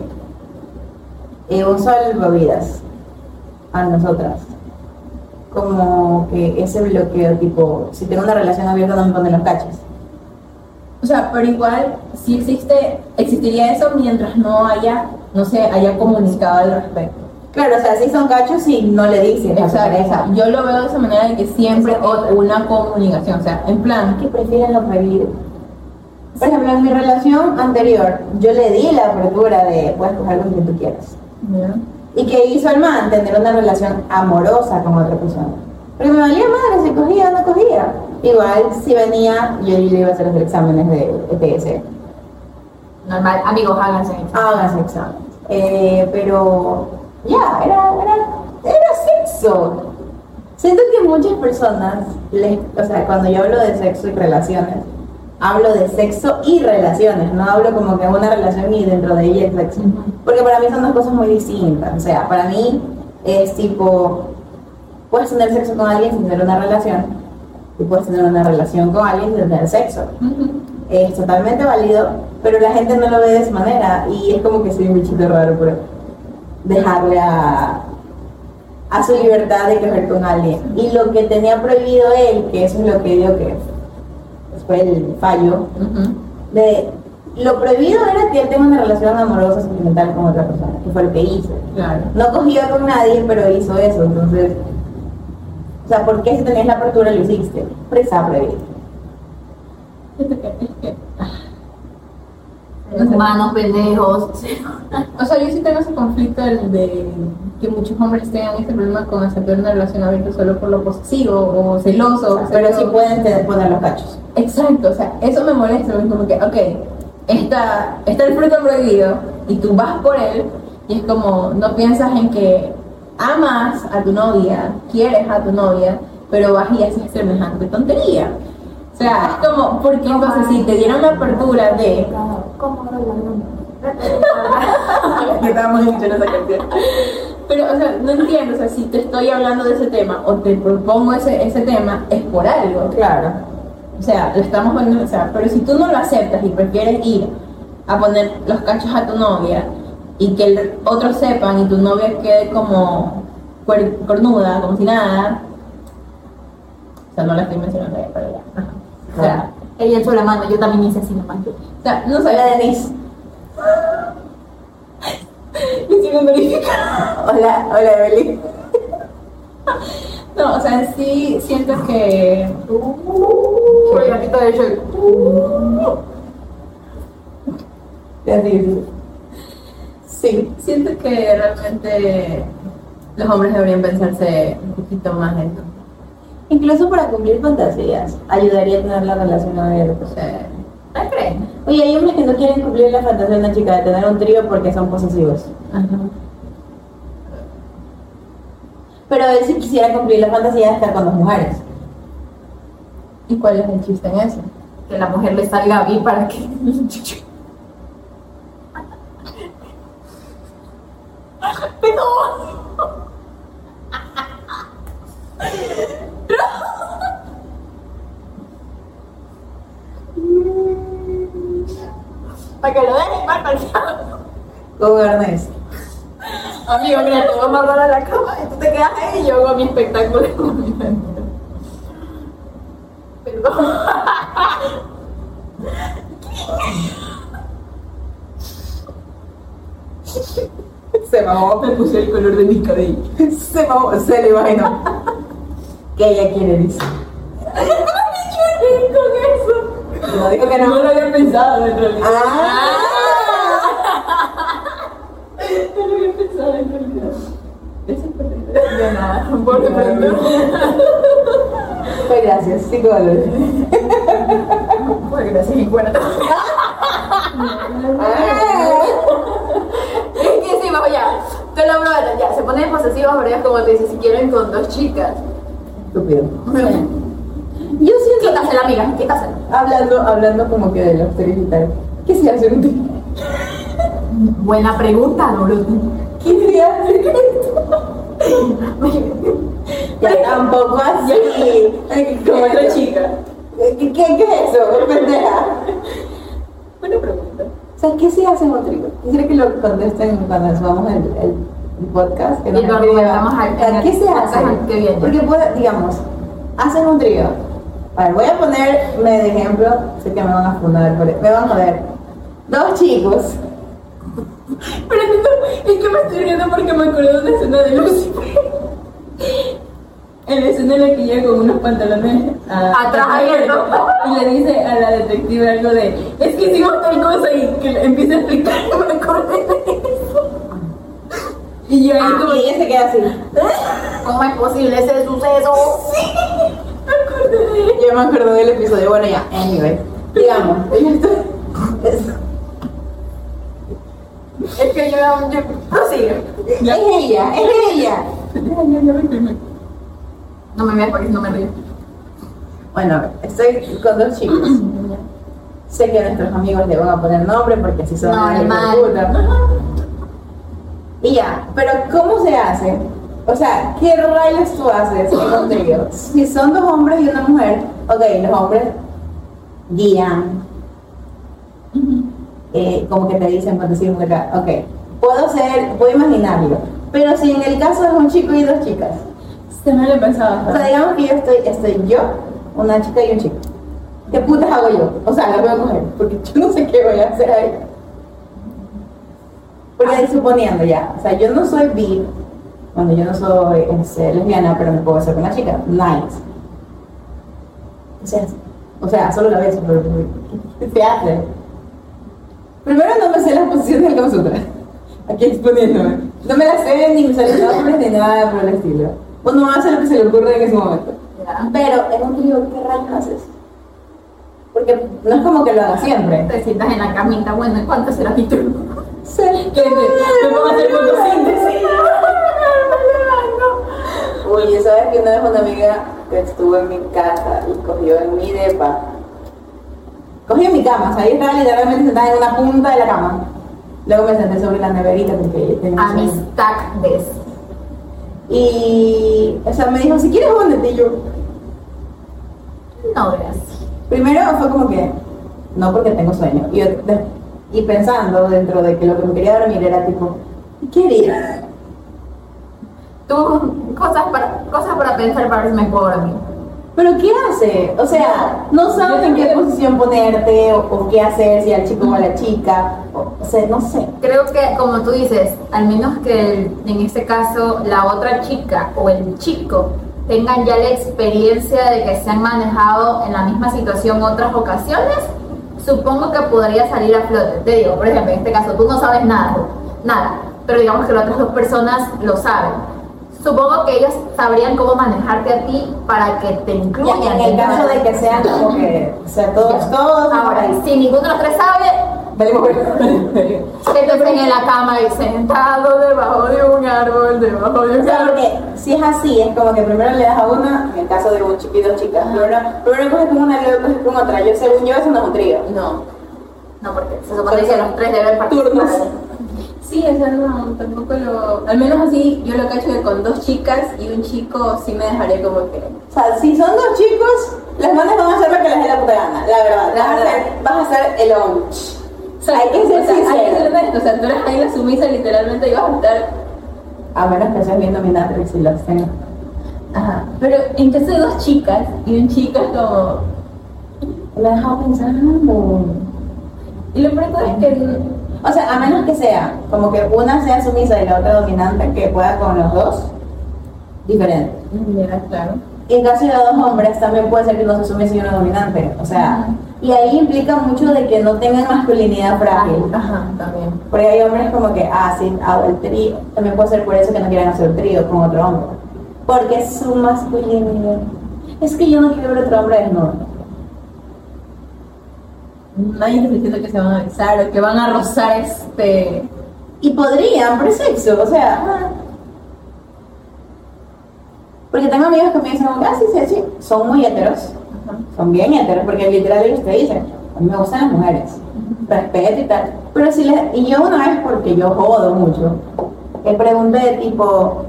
eh, un salvavidas a nosotras. Como que ese bloqueo, tipo, si tengo una relación abierta no me ponen los cachos.
O sea, pero igual sí existe, existiría eso mientras no haya, no sé, haya comunicado al respecto.
Claro, o sea, sí son cachos y no le dicen a tu pareja.
Yo lo veo de esa manera de que siempre hay una comunicación, o sea, en plan,
que prefieren los prohibido. Por ejemplo, en mi relación anterior, yo le di la apertura de puedes coger con quien tú quieras.
¿ya?
¿Y que hizo el man? Tener una relación amorosa con otra persona. Porque me valía madre si cogía o no cogía. Igual, si venía, yo le iba a hacer los exámenes de E ETS.
Normal, amigos, háganse.
Háganse exámenes. Eh, pero ya, era, era, era sexo. Siento que muchas personas, les, o sea, cuando yo hablo de sexo y relaciones, hablo de sexo y relaciones, no hablo como que una relación y dentro de ella el sexo. Porque para mí son dos cosas muy distintas. O sea, para mí es tipo, puedes tener sexo con alguien sin tener una relación, y puedes tener una relación con alguien sin tener sexo. Es totalmente válido, pero la gente no lo ve de esa manera y es como que soy un bichito raro por dejarle a, a su libertad de coger con alguien. Y lo que tenía prohibido él, que eso es lo que digo que fue el fallo, de lo prohibido era que él tenga una relación amorosa sentimental con otra persona, que fue lo que hizo.
Claro.
No cogió con nadie, pero hizo eso, entonces. O sea, ¿por qué si tenías la apertura lo hiciste? Porque estaba prohibido.
Humanos pendejos.
O sea, yo sí tengo ese conflicto del- de, que muchos hombres tengan este problema con aceptar una relación abierta solo por lo posesivo o celoso. o
pero
celoso.
sí pueden tener- poner los cachos.
Exacto, o sea, eso me molesta, es como que, ok, está, está el fruto prohibido y tú vas por él y es como, no piensas en que amas a tu novia, quieres a tu novia, pero vas y haces semejante tontería. O sea, es como, porque entonces si te dieran la apertura de...
¿Cómo no lo nombro?
Estábamos escuchando esa canción.
Pero, o sea, no entiendo, o sea, si te estoy hablando de ese tema o te propongo ese, ese tema, es por algo.
Claro.
O sea, lo estamos poniendo, o sea, pero si tú no lo aceptas y prefieres ir a poner los cachos a tu novia y que el- otros sepan y tu novia quede como cuer- cornuda, como si nada, o sea, no la estoy mencionando ya, pero ya. ajá. O sea,
Ella echó la mano, yo también hice así nomás.
o sea, no sabía Denise. Yo estoy bien verificada.
Hola, hola Evelyn.
No, o sea, sí siento que
Por la mitad de shock.
Terrible.
Sí, siento que realmente los hombres deberían pensarse un poquito más en
Incluso para cumplir fantasías, ayudaría a tener la relación abierta.
o sea, ¿no crees?
Oye, hay hombres que no quieren cumplir la fantasía de una chica de tener un trío porque son posesivos.
Ajá.
Pero él sí quisiera cumplir la fantasía de estar con dos mujeres.
¿Y cuál es el chiste en eso?
Que la mujer le salga a mí para que. Para que lo dejen mal parqueado.
Con Ernest.
Amigo, mira, te voy a mandar a la cama y tú te quedas ahí y yo hago mi espectáculo con mi mente. Perdón.
Se mamó.
Me puse el color de mis cabellos.
Se mamó. Se le imaginó. que ella quiere, dice.
con eso?
No dijo que no.
lo había pensado en realidad.
¡Ah!
No lo había pensado en realidad. Eso es perfecto.
De nada.
Por ejemplo.
Pues gracias, cinco dólares.
Bueno, gracias y bueno.
Ah,
Es que encima, oye, te lo prometo, ya, se ponen posesivas, pero es como te dice, si quieren con dos chicas.
Estúpido.
Yo sí, quítasela, amiga, quítasela.
Hablando, hablando como que de los tríos y tal. ¿Qué se hace un trío?
Buena pregunta, no lo
¿Qué se hace? Ya tampoco así.
Como otra chica.
¿Qué, qué, qué es eso? Pendeja.
Buena pregunta.
O sea, ¿qué se hace en un trío? Quisiera que lo contesten cuando subamos el, el, el podcast. Que
Y
nos
lo
escriban.
argumentamos al-
O sea, ¿Qué se hace?
Ajá, qué bien.
Porque, puede- digamos, hacen un trío. A ver, voy a ponerme de ejemplo. Sé que me van a fundar, pero me van a ver. Dos chicos.
Pero no, es que me estoy riendo porque me acuerdo de una escena de Lucifer. En la escena en la que llega con unos pantalones a-
Atrás abiertos.
Y le dice a la detective algo de: Es que hicimos tal cosa y que le empieza a explicar que me acordé de eso. Y yo ahí como.
Y ella se este queda así.
¿Cómo es posible ese suceso?
Me acordé de eso.
Yo me acuerdo del episodio. Bueno, ya, anyway. Digamos. yo estoy- es-
Es que yo, yo
Prosigue. Es ella, es ella.
no me veas porque no me río.
Bueno, estoy con dos chicos. Sé que nuestros amigos le van a poner nombre porque así son
Normal.
Y ya, pero ¿cómo se hace? O sea, ¿qué rayos tú haces en un trío? Si son dos hombres y una mujer, ok, los hombres guían. Eh, como que te dicen cuando decir un acá, ok, puedo ser, puedo imaginarlo. Pero si en el caso es un chico y dos chicas,
Se me lo he pensado.
o sea, digamos que yo estoy, estoy yo, una chica y un chico. ¿Qué putas hago yo? O sea, la voy a coger, porque yo no sé qué voy a hacer ahí. Porque ahí suponiendo ya, o sea, yo no soy bi, cuando yo no soy este, lesbiana, pero me puedo hacer con una chica. Nice. O sea, o sea solo la ves, pero ¿qué se hace? Primero no me sé las posiciones del Kama Sutra. Aquí exponiéndome. No me las sé ni me salen nombres ni nada por el estilo. Uno hace lo que se le ocurre en ese momento. Pero en un trío, ¿qué rayos haces? Porque no es como que lo haga siempre.
Te sientas en la camita, bueno, ¿y cuánto será mi truco?
Que me, me ponga a hacer fotosíntesis. Oye, ¿sabes que una vez una amiga estuvo en mi casa y cogió en mi depa? Cogió en mi cama, o sea, yo estaba literalmente sentada en una punta de la cama. Luego me senté sobre la neverita porque tenía
A mis
sueño.
stack des.
Y, o sea, me dijo, si quieres, jóndete. Y yo,
No, gracias.
Primero fue como que, no porque tengo sueño. Y, yo de- y pensando dentro de que lo que me quería dormir era tipo, ¿y qué haría?
Tú, cosas para, cosas para pensar para verme mejor a mí.
¿Pero qué hace? O sea, no sabes en qué posición ponerte o, o qué hacer, si al chico o a la chica. O, o sea, no sé.
Creo que, como tú dices, al menos que el- en este caso la otra chica o el chico tengan ya la experiencia de que se han manejado en la misma situación otras ocasiones, supongo que podría salir a flote. Te digo, por ejemplo, en este caso tú no sabes nada, nada, pero digamos que las otras dos personas lo saben. Supongo que ellos sabrían cómo manejarte a ti para que te incluyan.
en el
¿no?
caso de que sean como que, o sea, todos, todos,
Ahora, si ninguno de los tres sabe,
Vale, mujer.
Siéntense en la cama y sentado debajo de un árbol, debajo de
O
un
sea,
árbol.
porque si es así, es como que primero le das a una, en el caso de un chico y dos chicas, primero, primero coges con una y luego coges con otra. Yo, según yo, eso no es un trío.
No.
No, porque se supone que los tres deben participar.
Turnos.
Sí, eso no, tampoco lo. Al menos así yo lo cacho que con dos chicas y un chico sí me dejaré como que.
O sea, si son dos chicos, las manos van a hacer lo que les dé la puta gana, la verdad.
La verdad.
vas, A ser, vas a hacer el lunch.
O sea,
hay que ser
o sea, Hay que
sincero.
ser honesto, o sea, tú eres ahí la sumisa literalmente y vas a estar.
A menos que estés viendo mi Natrix y lo hacen.
Ajá. Pero en caso de dos chicas y un chico es como.
Me he dejado pensando.
Y lo pronto es que.
O sea, a menos que sea, como que una sea sumisa y la otra dominante, que pueda con los dos, diferente.
Mira, claro.
Y en caso de dos hombres, también puede ser que uno se sumisa y uno dominante. O sea, y ahí implica mucho de que no tengan masculinidad frágil.
Ajá, también.
Porque hay hombres como que, ah, sí, hago el trío. También puede ser por eso que no quieran hacer trío con otro hombre. Porque es su masculinidad. Es que yo no quiero ver otro hombre desnudo.
Nadie está diciendo que se van a besar o que van a rozar este.
Y podrían, por sexo, o sea. ah. Porque tengo amigos que me dicen, ah, sí, sí, sí. Son muy heteros. Son bien heteros, porque literal ellos te dicen, a mí me gustan las mujeres. Respeto y tal. Pero si les. Y yo una vez, porque yo jodo mucho, le pregunté, tipo,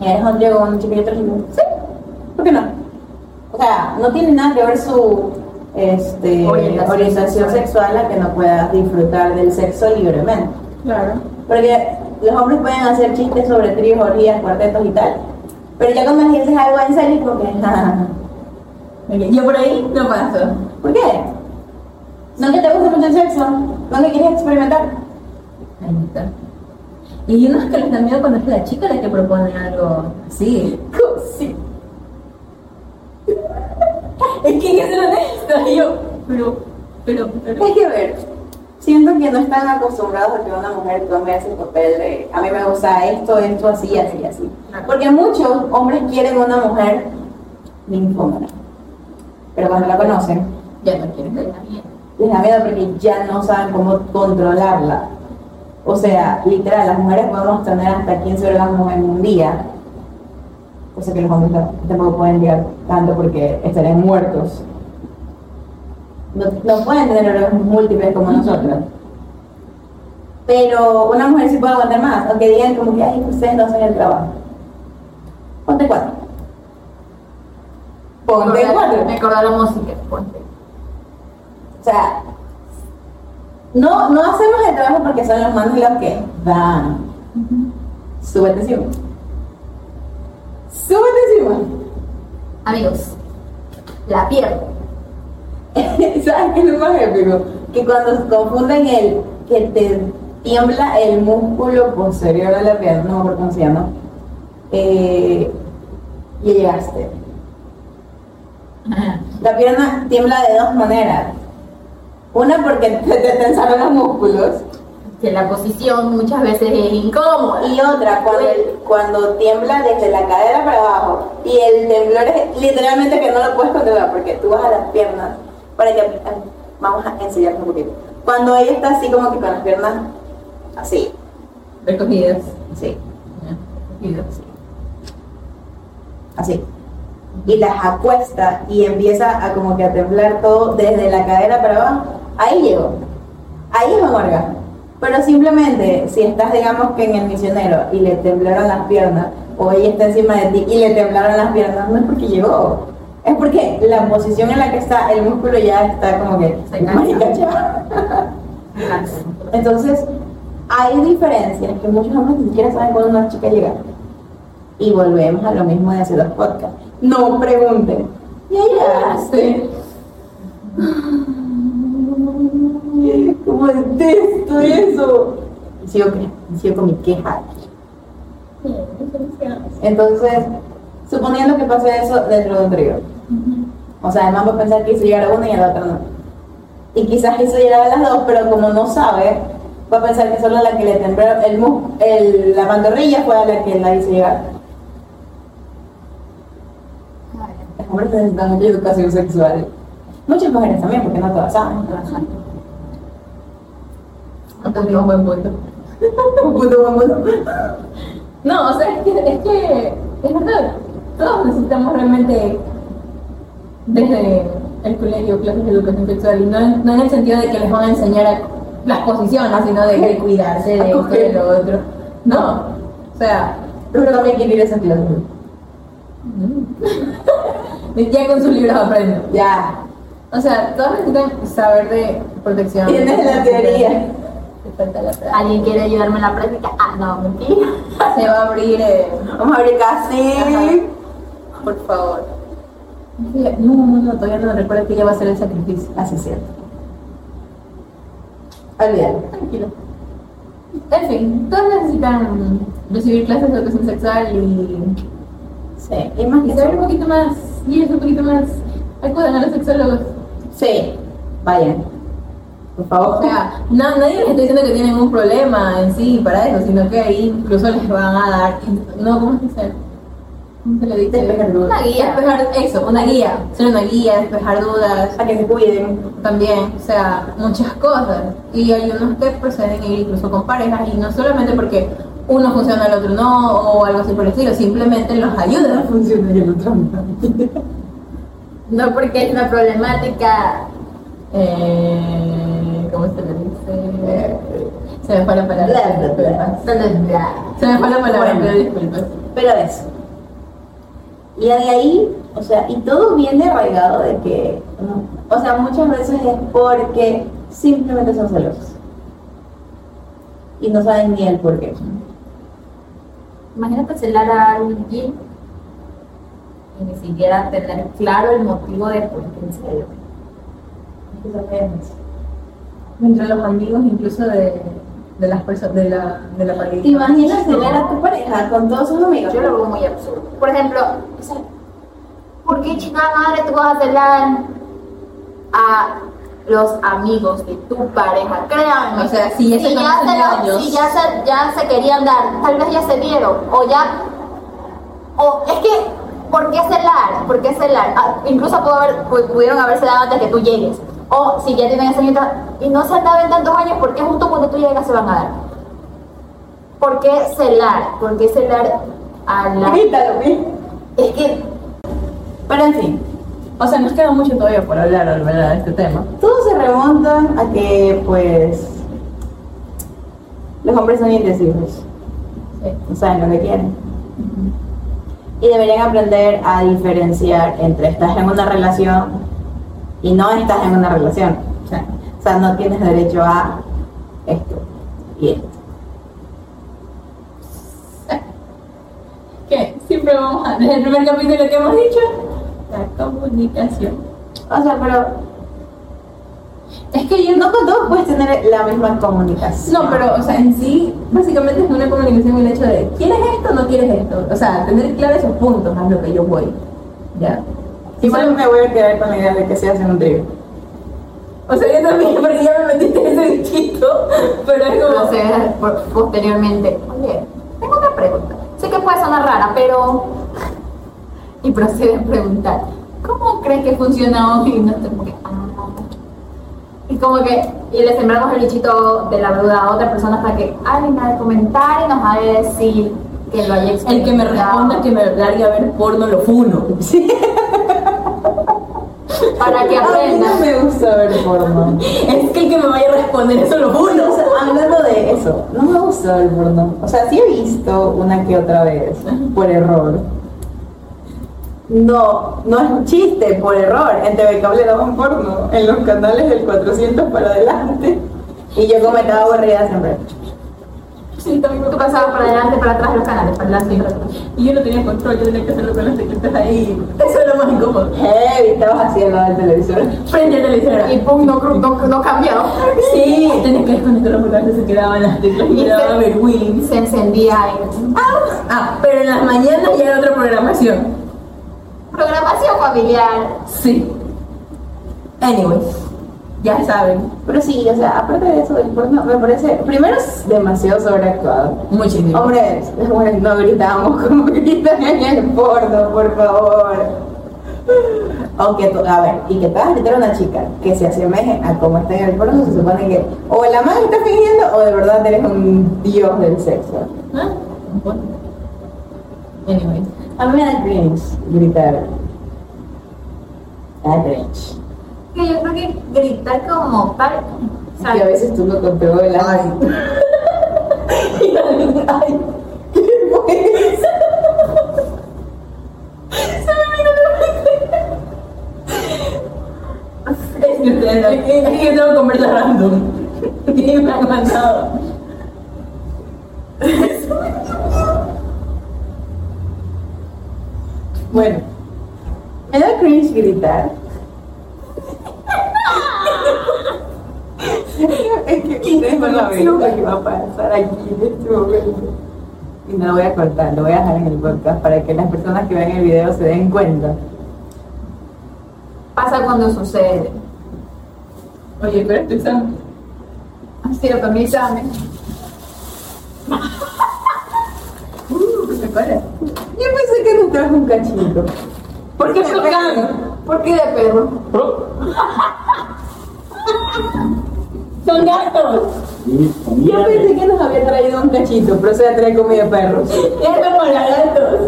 ¿eres un Diego un chico y otro chico? Sí. ¿Por qué no? O sea, no tiene nada que ver su. Este,
Orientación
orientación sexual a que no puedas disfrutar del sexo libremente.
Claro.
Porque los hombres pueden hacer chistes sobre tríos, orgías, cuartetos y tal. Pero ya cuando les dices algo en serio, es como que, "Ah,
Yo por ahí no paso.
¿por qué? ¿No que te gusta mucho el sexo? ¿No que quieres experimentar?
Ahí está. Y hay unos que les da miedo cuando es la chica la que propone algo así.
Sí.
Es que hay que ser honesto. Y yo, pero, pero, pero.
Hay que ver. Siento que no están acostumbrados a que una mujer tome ese papel de a mí me gusta esto, esto, así, así, así. Porque muchos hombres quieren una mujer ninfómana. Pero cuando la conocen,
Ya no quieren ver.
les da miedo porque ya no saben cómo controlarla. O sea, literal, las mujeres podemos tener hasta 15 orgasmos en un día. Cosa que los hombres no- tampoco pueden llegar tanto porque estarían muertos. No, no pueden tener orgasmos múltiples como nosotros. Pero una mujer sí puede aguantar más, aunque digan como que, ay, ustedes no hacen el trabajo. Ponte cuatro. Ponte cuatro.
Me acordé la música, ponte.
O sea, no, no hacemos el trabajo porque son los manos los que dan. Súbete encima. Súbete
Amigos, la pierdo.
encima. ¿Sabes qué es lo más épico? Que cuando confunden el que te tiembla el músculo posterior de la pierna, no me acuerdo cómo se llama, eh, y llegaste. La pierna tiembla de dos maneras. Una porque te, te tensaron los músculos.
Que la posición muchas veces es incómoda.
Y otra, cuando, el- cuando tiembla desde la cadera para abajo y el temblor es literalmente que no lo puedes controlar porque tú vas a las piernas para que ah, vamos a enseñarte un poquito. Cuando ella está así como que con las piernas así,
Recogidas.
así,
Recogidas.
así. Y las acuesta y empieza a como que a temblar todo desde la cadera para abajo, ahí llegó. Ahí es un orgasmo. Pero simplemente si estás digamos que en el misionero y le temblaron las piernas, o ella está encima de ti y le temblaron las piernas, no es porque llegó. Es porque la posición en la que está el músculo ya está como que...
Se cansa.
"Marica, ya". Entonces, hay diferencias que muchos hombres ni siquiera saben cuándo una chica llega. Y volvemos a lo mismo de hacer los podcasts. No pregunten. ¿Ya llegaste? ¿Cómo detesto eso? Y sigo, que- sigo con mi queja. Entonces, suponiendo que pase eso dentro de un trío. O sea, además va a pensar que hizo llegar a una y a la otra no. Y quizás hizo llegar a las dos, pero como no sabe, va a pensar que solo la que le tembló el, mus- el- la pantorrilla fue a la que la hizo llegar. Los hombres necesitan mucha educación sexual. Muchas mujeres también, porque no todas saben.
Entonces, un buen punto.
Un puto buen mundo.
No, o sea, es que es, que, es verdad. Todos necesitamos realmente desde el colegio clases de educación sexual. Y no, en- no en el sentido de que les van a enseñar a- las posiciones, sino de, de cuidarse de esto y de lo otro. No. O sea,
Pero también quiero ir a esa clase.
ya con sus libros aprendo.
Ya.
O sea, todos necesitan saber de protección.
Tienes la teoría.
Te falta la práctica.
¿Alguien quiere ayudarme en la práctica? Ah, no, mentira.
Se va a abrir. eh,
Vamos a abrir casi.
por favor. No, no, no, todavía no recuerdo que ella va a hacer el sacrificio.
Así es cierto. Olvídalo.
Tranquilo. En fin, todos necesitan recibir clases de educación sexual y,
Sí. ¿Y más
y
que
saber un
eso?
poquito más, y es un poquito más, acudan a los sexólogos.
Sí. Vayan. Por
O
favor.
sea, na- nadie les está diciendo que tienen un problema en sí para eso, sino que ahí incluso les van a dar, no, ¿cómo se dice? ¿Cómo se le dice?
Despejar dudas.
Una guía, despejar, eso, una guía, ser una guía, despejar dudas,
A que se cuiden.
también, o sea, muchas cosas. Y hay unos que proceden a ir incluso con parejas y no solamente porque uno funciona, el otro no, o algo así por el estilo, simplemente los ayuda.
funciona y el otro no.
No porque es una problemática.
Eh, ¿Cómo se le dice? Se me fue la palabra.
Bla, bla, bla.
solo-
Se me fue la palabra,
Bueno.
pero disculpas.
Pero eso. Y de ahí, o sea, y todo viene arraigado de que, no, o sea, muchas veces es porque simplemente son celosos. Y no saben ni el por qué.
Imagínate celar a alguien y ni siquiera tener claro el motivo de por qué en serio.
Entre los amigos, incluso de, de las personas, de la, de la pareja.
¿Te imaginas celar a tu pareja con todos sus amigos?
Yo lo veo muy absurdo. Por ejemplo, o sea, ¿por qué chingada madre tú vas a celar a los amigos de tu pareja? Créanme.
O sea, si ya se
ya
conocen
se, lo-
años.
si ya se- ya se querían dar, tal vez ya se dieron, o ya. O es que, ¿por qué celar? ¿Por qué celar? Ah, incluso pudo haber- pu- pudieron haberse dado antes que tú llegues. O si ya tienen esa mitad y no se han dado en tantos años, porque justo cuando tú llegas se van a dar?
¿Por qué celar? ¿Por qué celar a la...
Grítalo, Pi.
Es que. Pero en fin. O sea, nos queda mucho todavía por hablar, la ¿verdad? De este tema.
Todo se remonta a que, pues, los hombres son indecisivos.
Sí.
No saben lo que quieren. Y deberían aprender a diferenciar entre estás en una relación y no estás en una relación. O sea, o sea, no tienes derecho a esto y esto.
Que siempre vamos a. En el primer capítulo que hemos dicho, la comunicación.
O sea, pero
Es que yo
no con todos puedes tener la misma comunicación.
No, pero, o sea, en sí, básicamente es una comunicación el hecho de, ¿quieres esto o no quieres esto? O sea, tener claro esos puntos a lo que yo voy. ¿Ya?
Igual me voy a quedar con la idea de que se hacen un trío.
O sea, yo también, porque ya me metiste en ese bichito, pero es como...
No sé, por- posteriormente. Oye, tengo una pregunta. Sé que puede sonar rara, pero... Y procede a preguntar. ¿Cómo crees que funciona hoy? Y no sé, como que... ah. Y como que... Y le sembramos el bichito de la duda a otra persona hasta que alguien va a comentar y nos va a decir que lo haya
El que me responda
experimentado.
que me largue a ver porno lo funo.
Para que aprenda.
me gusta ver porno.
Es que el que me vaya a responder eso lo
O
funo.
sea, hablando de eso, no me gusta el porno. O sea, sí he visto una que otra vez, por error. No, no es un chiste, por error. En TV Cable daban porno, en los canales del 400 para adelante. Y yo comentaba aburrida siempre.
Sí, también me
Tú
pasa.
pasabas para adelante, para atrás los canales, para adelante y para atrás.
Y yo no tenía control, yo tenía que hacerlo con las teclitas ahí. Eso es lo más incómodo.
Hey, estabas así al lado del televisor.
Prende la televisora.
Y pum, no, cru- no, no cambió.
Sí, tenés que desconectar los botones que se quedaban las teclas y
Y
quedaba
se-
ver Willy.
Se encendía en
Ah, pero en las mañanas ya era otra programación.
programación familiar.
Sí. Anyways, ya saben,
Pero sí, o sea, aparte de eso del porno, me parece, primero es demasiado sobreactuado.
muchísimo.
Hombre, las mujeres no gritamos como gritan en el porno, por favor. Aunque, tú- a ver, y que puedas gritar a una chica que se asemeje a como está en el porno, se supone que o la madre está fingiendo o de verdad eres un dios del sexo.
Ah, bueno. Anyways.
A mí me da cringe gritar. Da cringe.
Que yo creo que gritar como tal. o sea,
Que a veces tú lo controlas. y a mí, ay, qué vergüenza.
Es que ustedes- es que yo tengo que comer la random. Y me han mandado.
Bueno, me da cringe gritar. es que ustedes no saben lo que va a pasar aquí en este momento. Y no lo voy a cortar, lo voy a dejar en el podcast para que las personas que vean el video se den cuenta.
pasa cuando sucede.
Oye, pero estoy sano.
Tiro con mi examen.
Uh, se para.
Yo pensé que nos trajo un cachito.
¿Por qué me pegan?
¿Por qué de perro?
Son gatos.
Yo pensé que nos había traído un cachito, pero se ha traído comida de perros.
Gatos para gatos.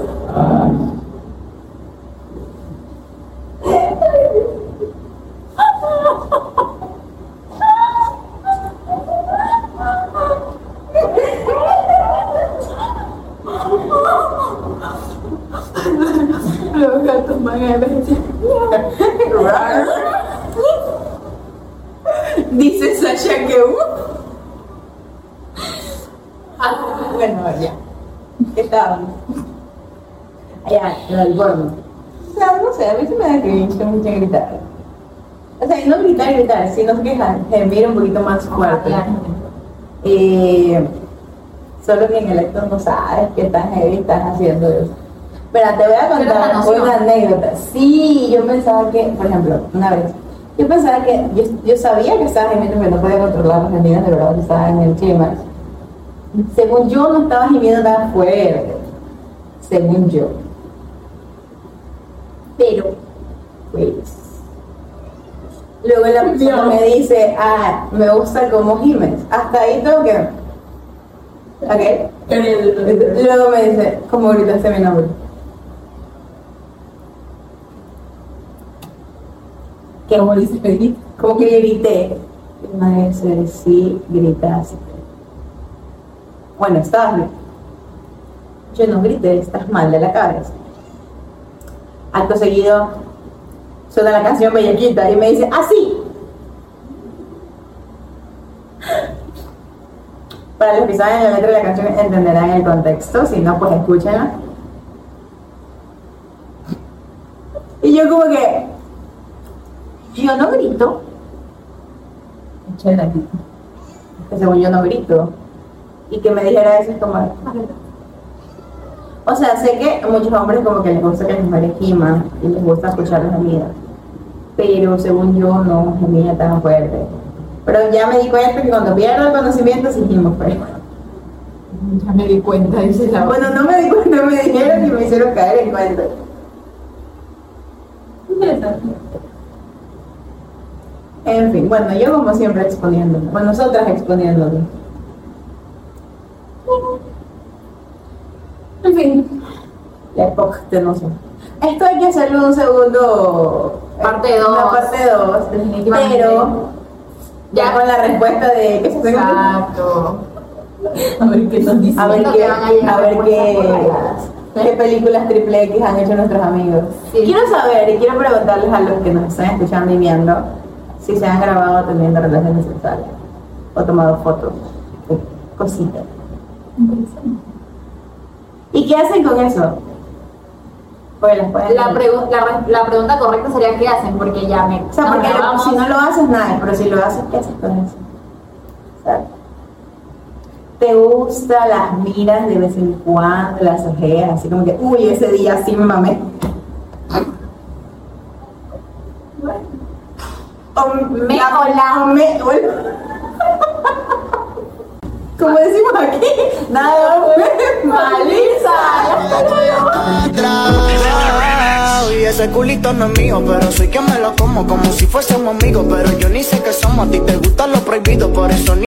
Los gatos van a emerger. Dice Sasha que uh. Ah, bueno, ya. ¿Qué tal? Allá, lo del porno. O sea, no sé, a mí se me da cringe mucho gritar. O sea, y no gritar, gritar, sino que ja- gemir un poquito más fuerte.
Ah,
Eh, solo que en el acto no sabes que estás heavy, estás haciendo eso. Pero te voy a
Pero la
contar
noción.
una anécdota. Sí, yo pensaba que, por ejemplo, una vez, yo pensaba que, yo, yo sabía que estaba gemiendo, pero no podía controlar las gemidas de verdad que estaba en el clima. Según yo, no estaba gemiendo tan fuerte. Según yo.
Pero.
Pues. Luego la persona me dice, ah, me gusta cómo gimes. Hasta ahí tengo que. Ok. Luego me dice, ¿cómo gritaste mi nombre?
¿Qué amor dices, Pedrito?
¿Cómo que grité? Y me dice, sí, gritaste. Bueno, estabas bien. Yo no grité, estás mal de la cabeza. Acto seguido, suena la canción Bellaquita y me dice, "Ah, así. Para los que saben la letra de la canción entenderán el contexto, si no, pues escúchenla. Y yo como que, yo no grito,
Échala aquí.
que según yo no grito, y que me dijera eso es como... O sea, sé que a muchos hombres como que les gusta que las mujeres giman y les gusta escuchar las gemidas, pero según yo no gemía tan fuerte. Pero ya me di cuenta que cuando pierdo el conocimiento sí gimo fuerte.
Ya me di cuenta, dice la
Bueno, no me di cuenta, me dijeron y me hicieron caer en cuenta.
Interesante.
En fin, bueno, yo como siempre exponiéndome, bueno, nosotras exponiéndonos.
En fin,
La época de nosotros. Esto hay que hacerlo un segundo.
Parte
eh,
dos.
Una parte 2.
Definitivamente.
Pero ya
Ya.
con la respuesta de que se
Exacto.
a ver qué nos dice.
A ver
Siento
qué,
que van a llegar
a ver
muchas borradas.
qué, qué películas triple X han hecho nuestros amigos.
Sí.
Quiero saber y quiero preguntarles a los que nos están escuchando y viendo si se han grabado teniendo relaciones sexuales o tomado fotos, o cositas. ¿Y qué hacen con eso? Pues las pueden.
La, pregu- la, re- la pregunta correcta sería ¿qué hacen? Porque ya me...
O sea, porque
nos
lo-
grabamos.
si no lo haces, nada, pero si lo haces, ¿qué haces con eso? O sea, ¿Te gusta las miras de vez en cuando, las ojeas, así como que, uy, ese día sí me mamé? O
Me
la-
o la-
o me- o el- Como decimos aquí, nada me maliza.
Wow, Y ese culito no es mío, pero soy quien me lo como como si fuésemos amigos. Pero yo ni sé qué somos, a ti te gusta lo prohibido, por eso ni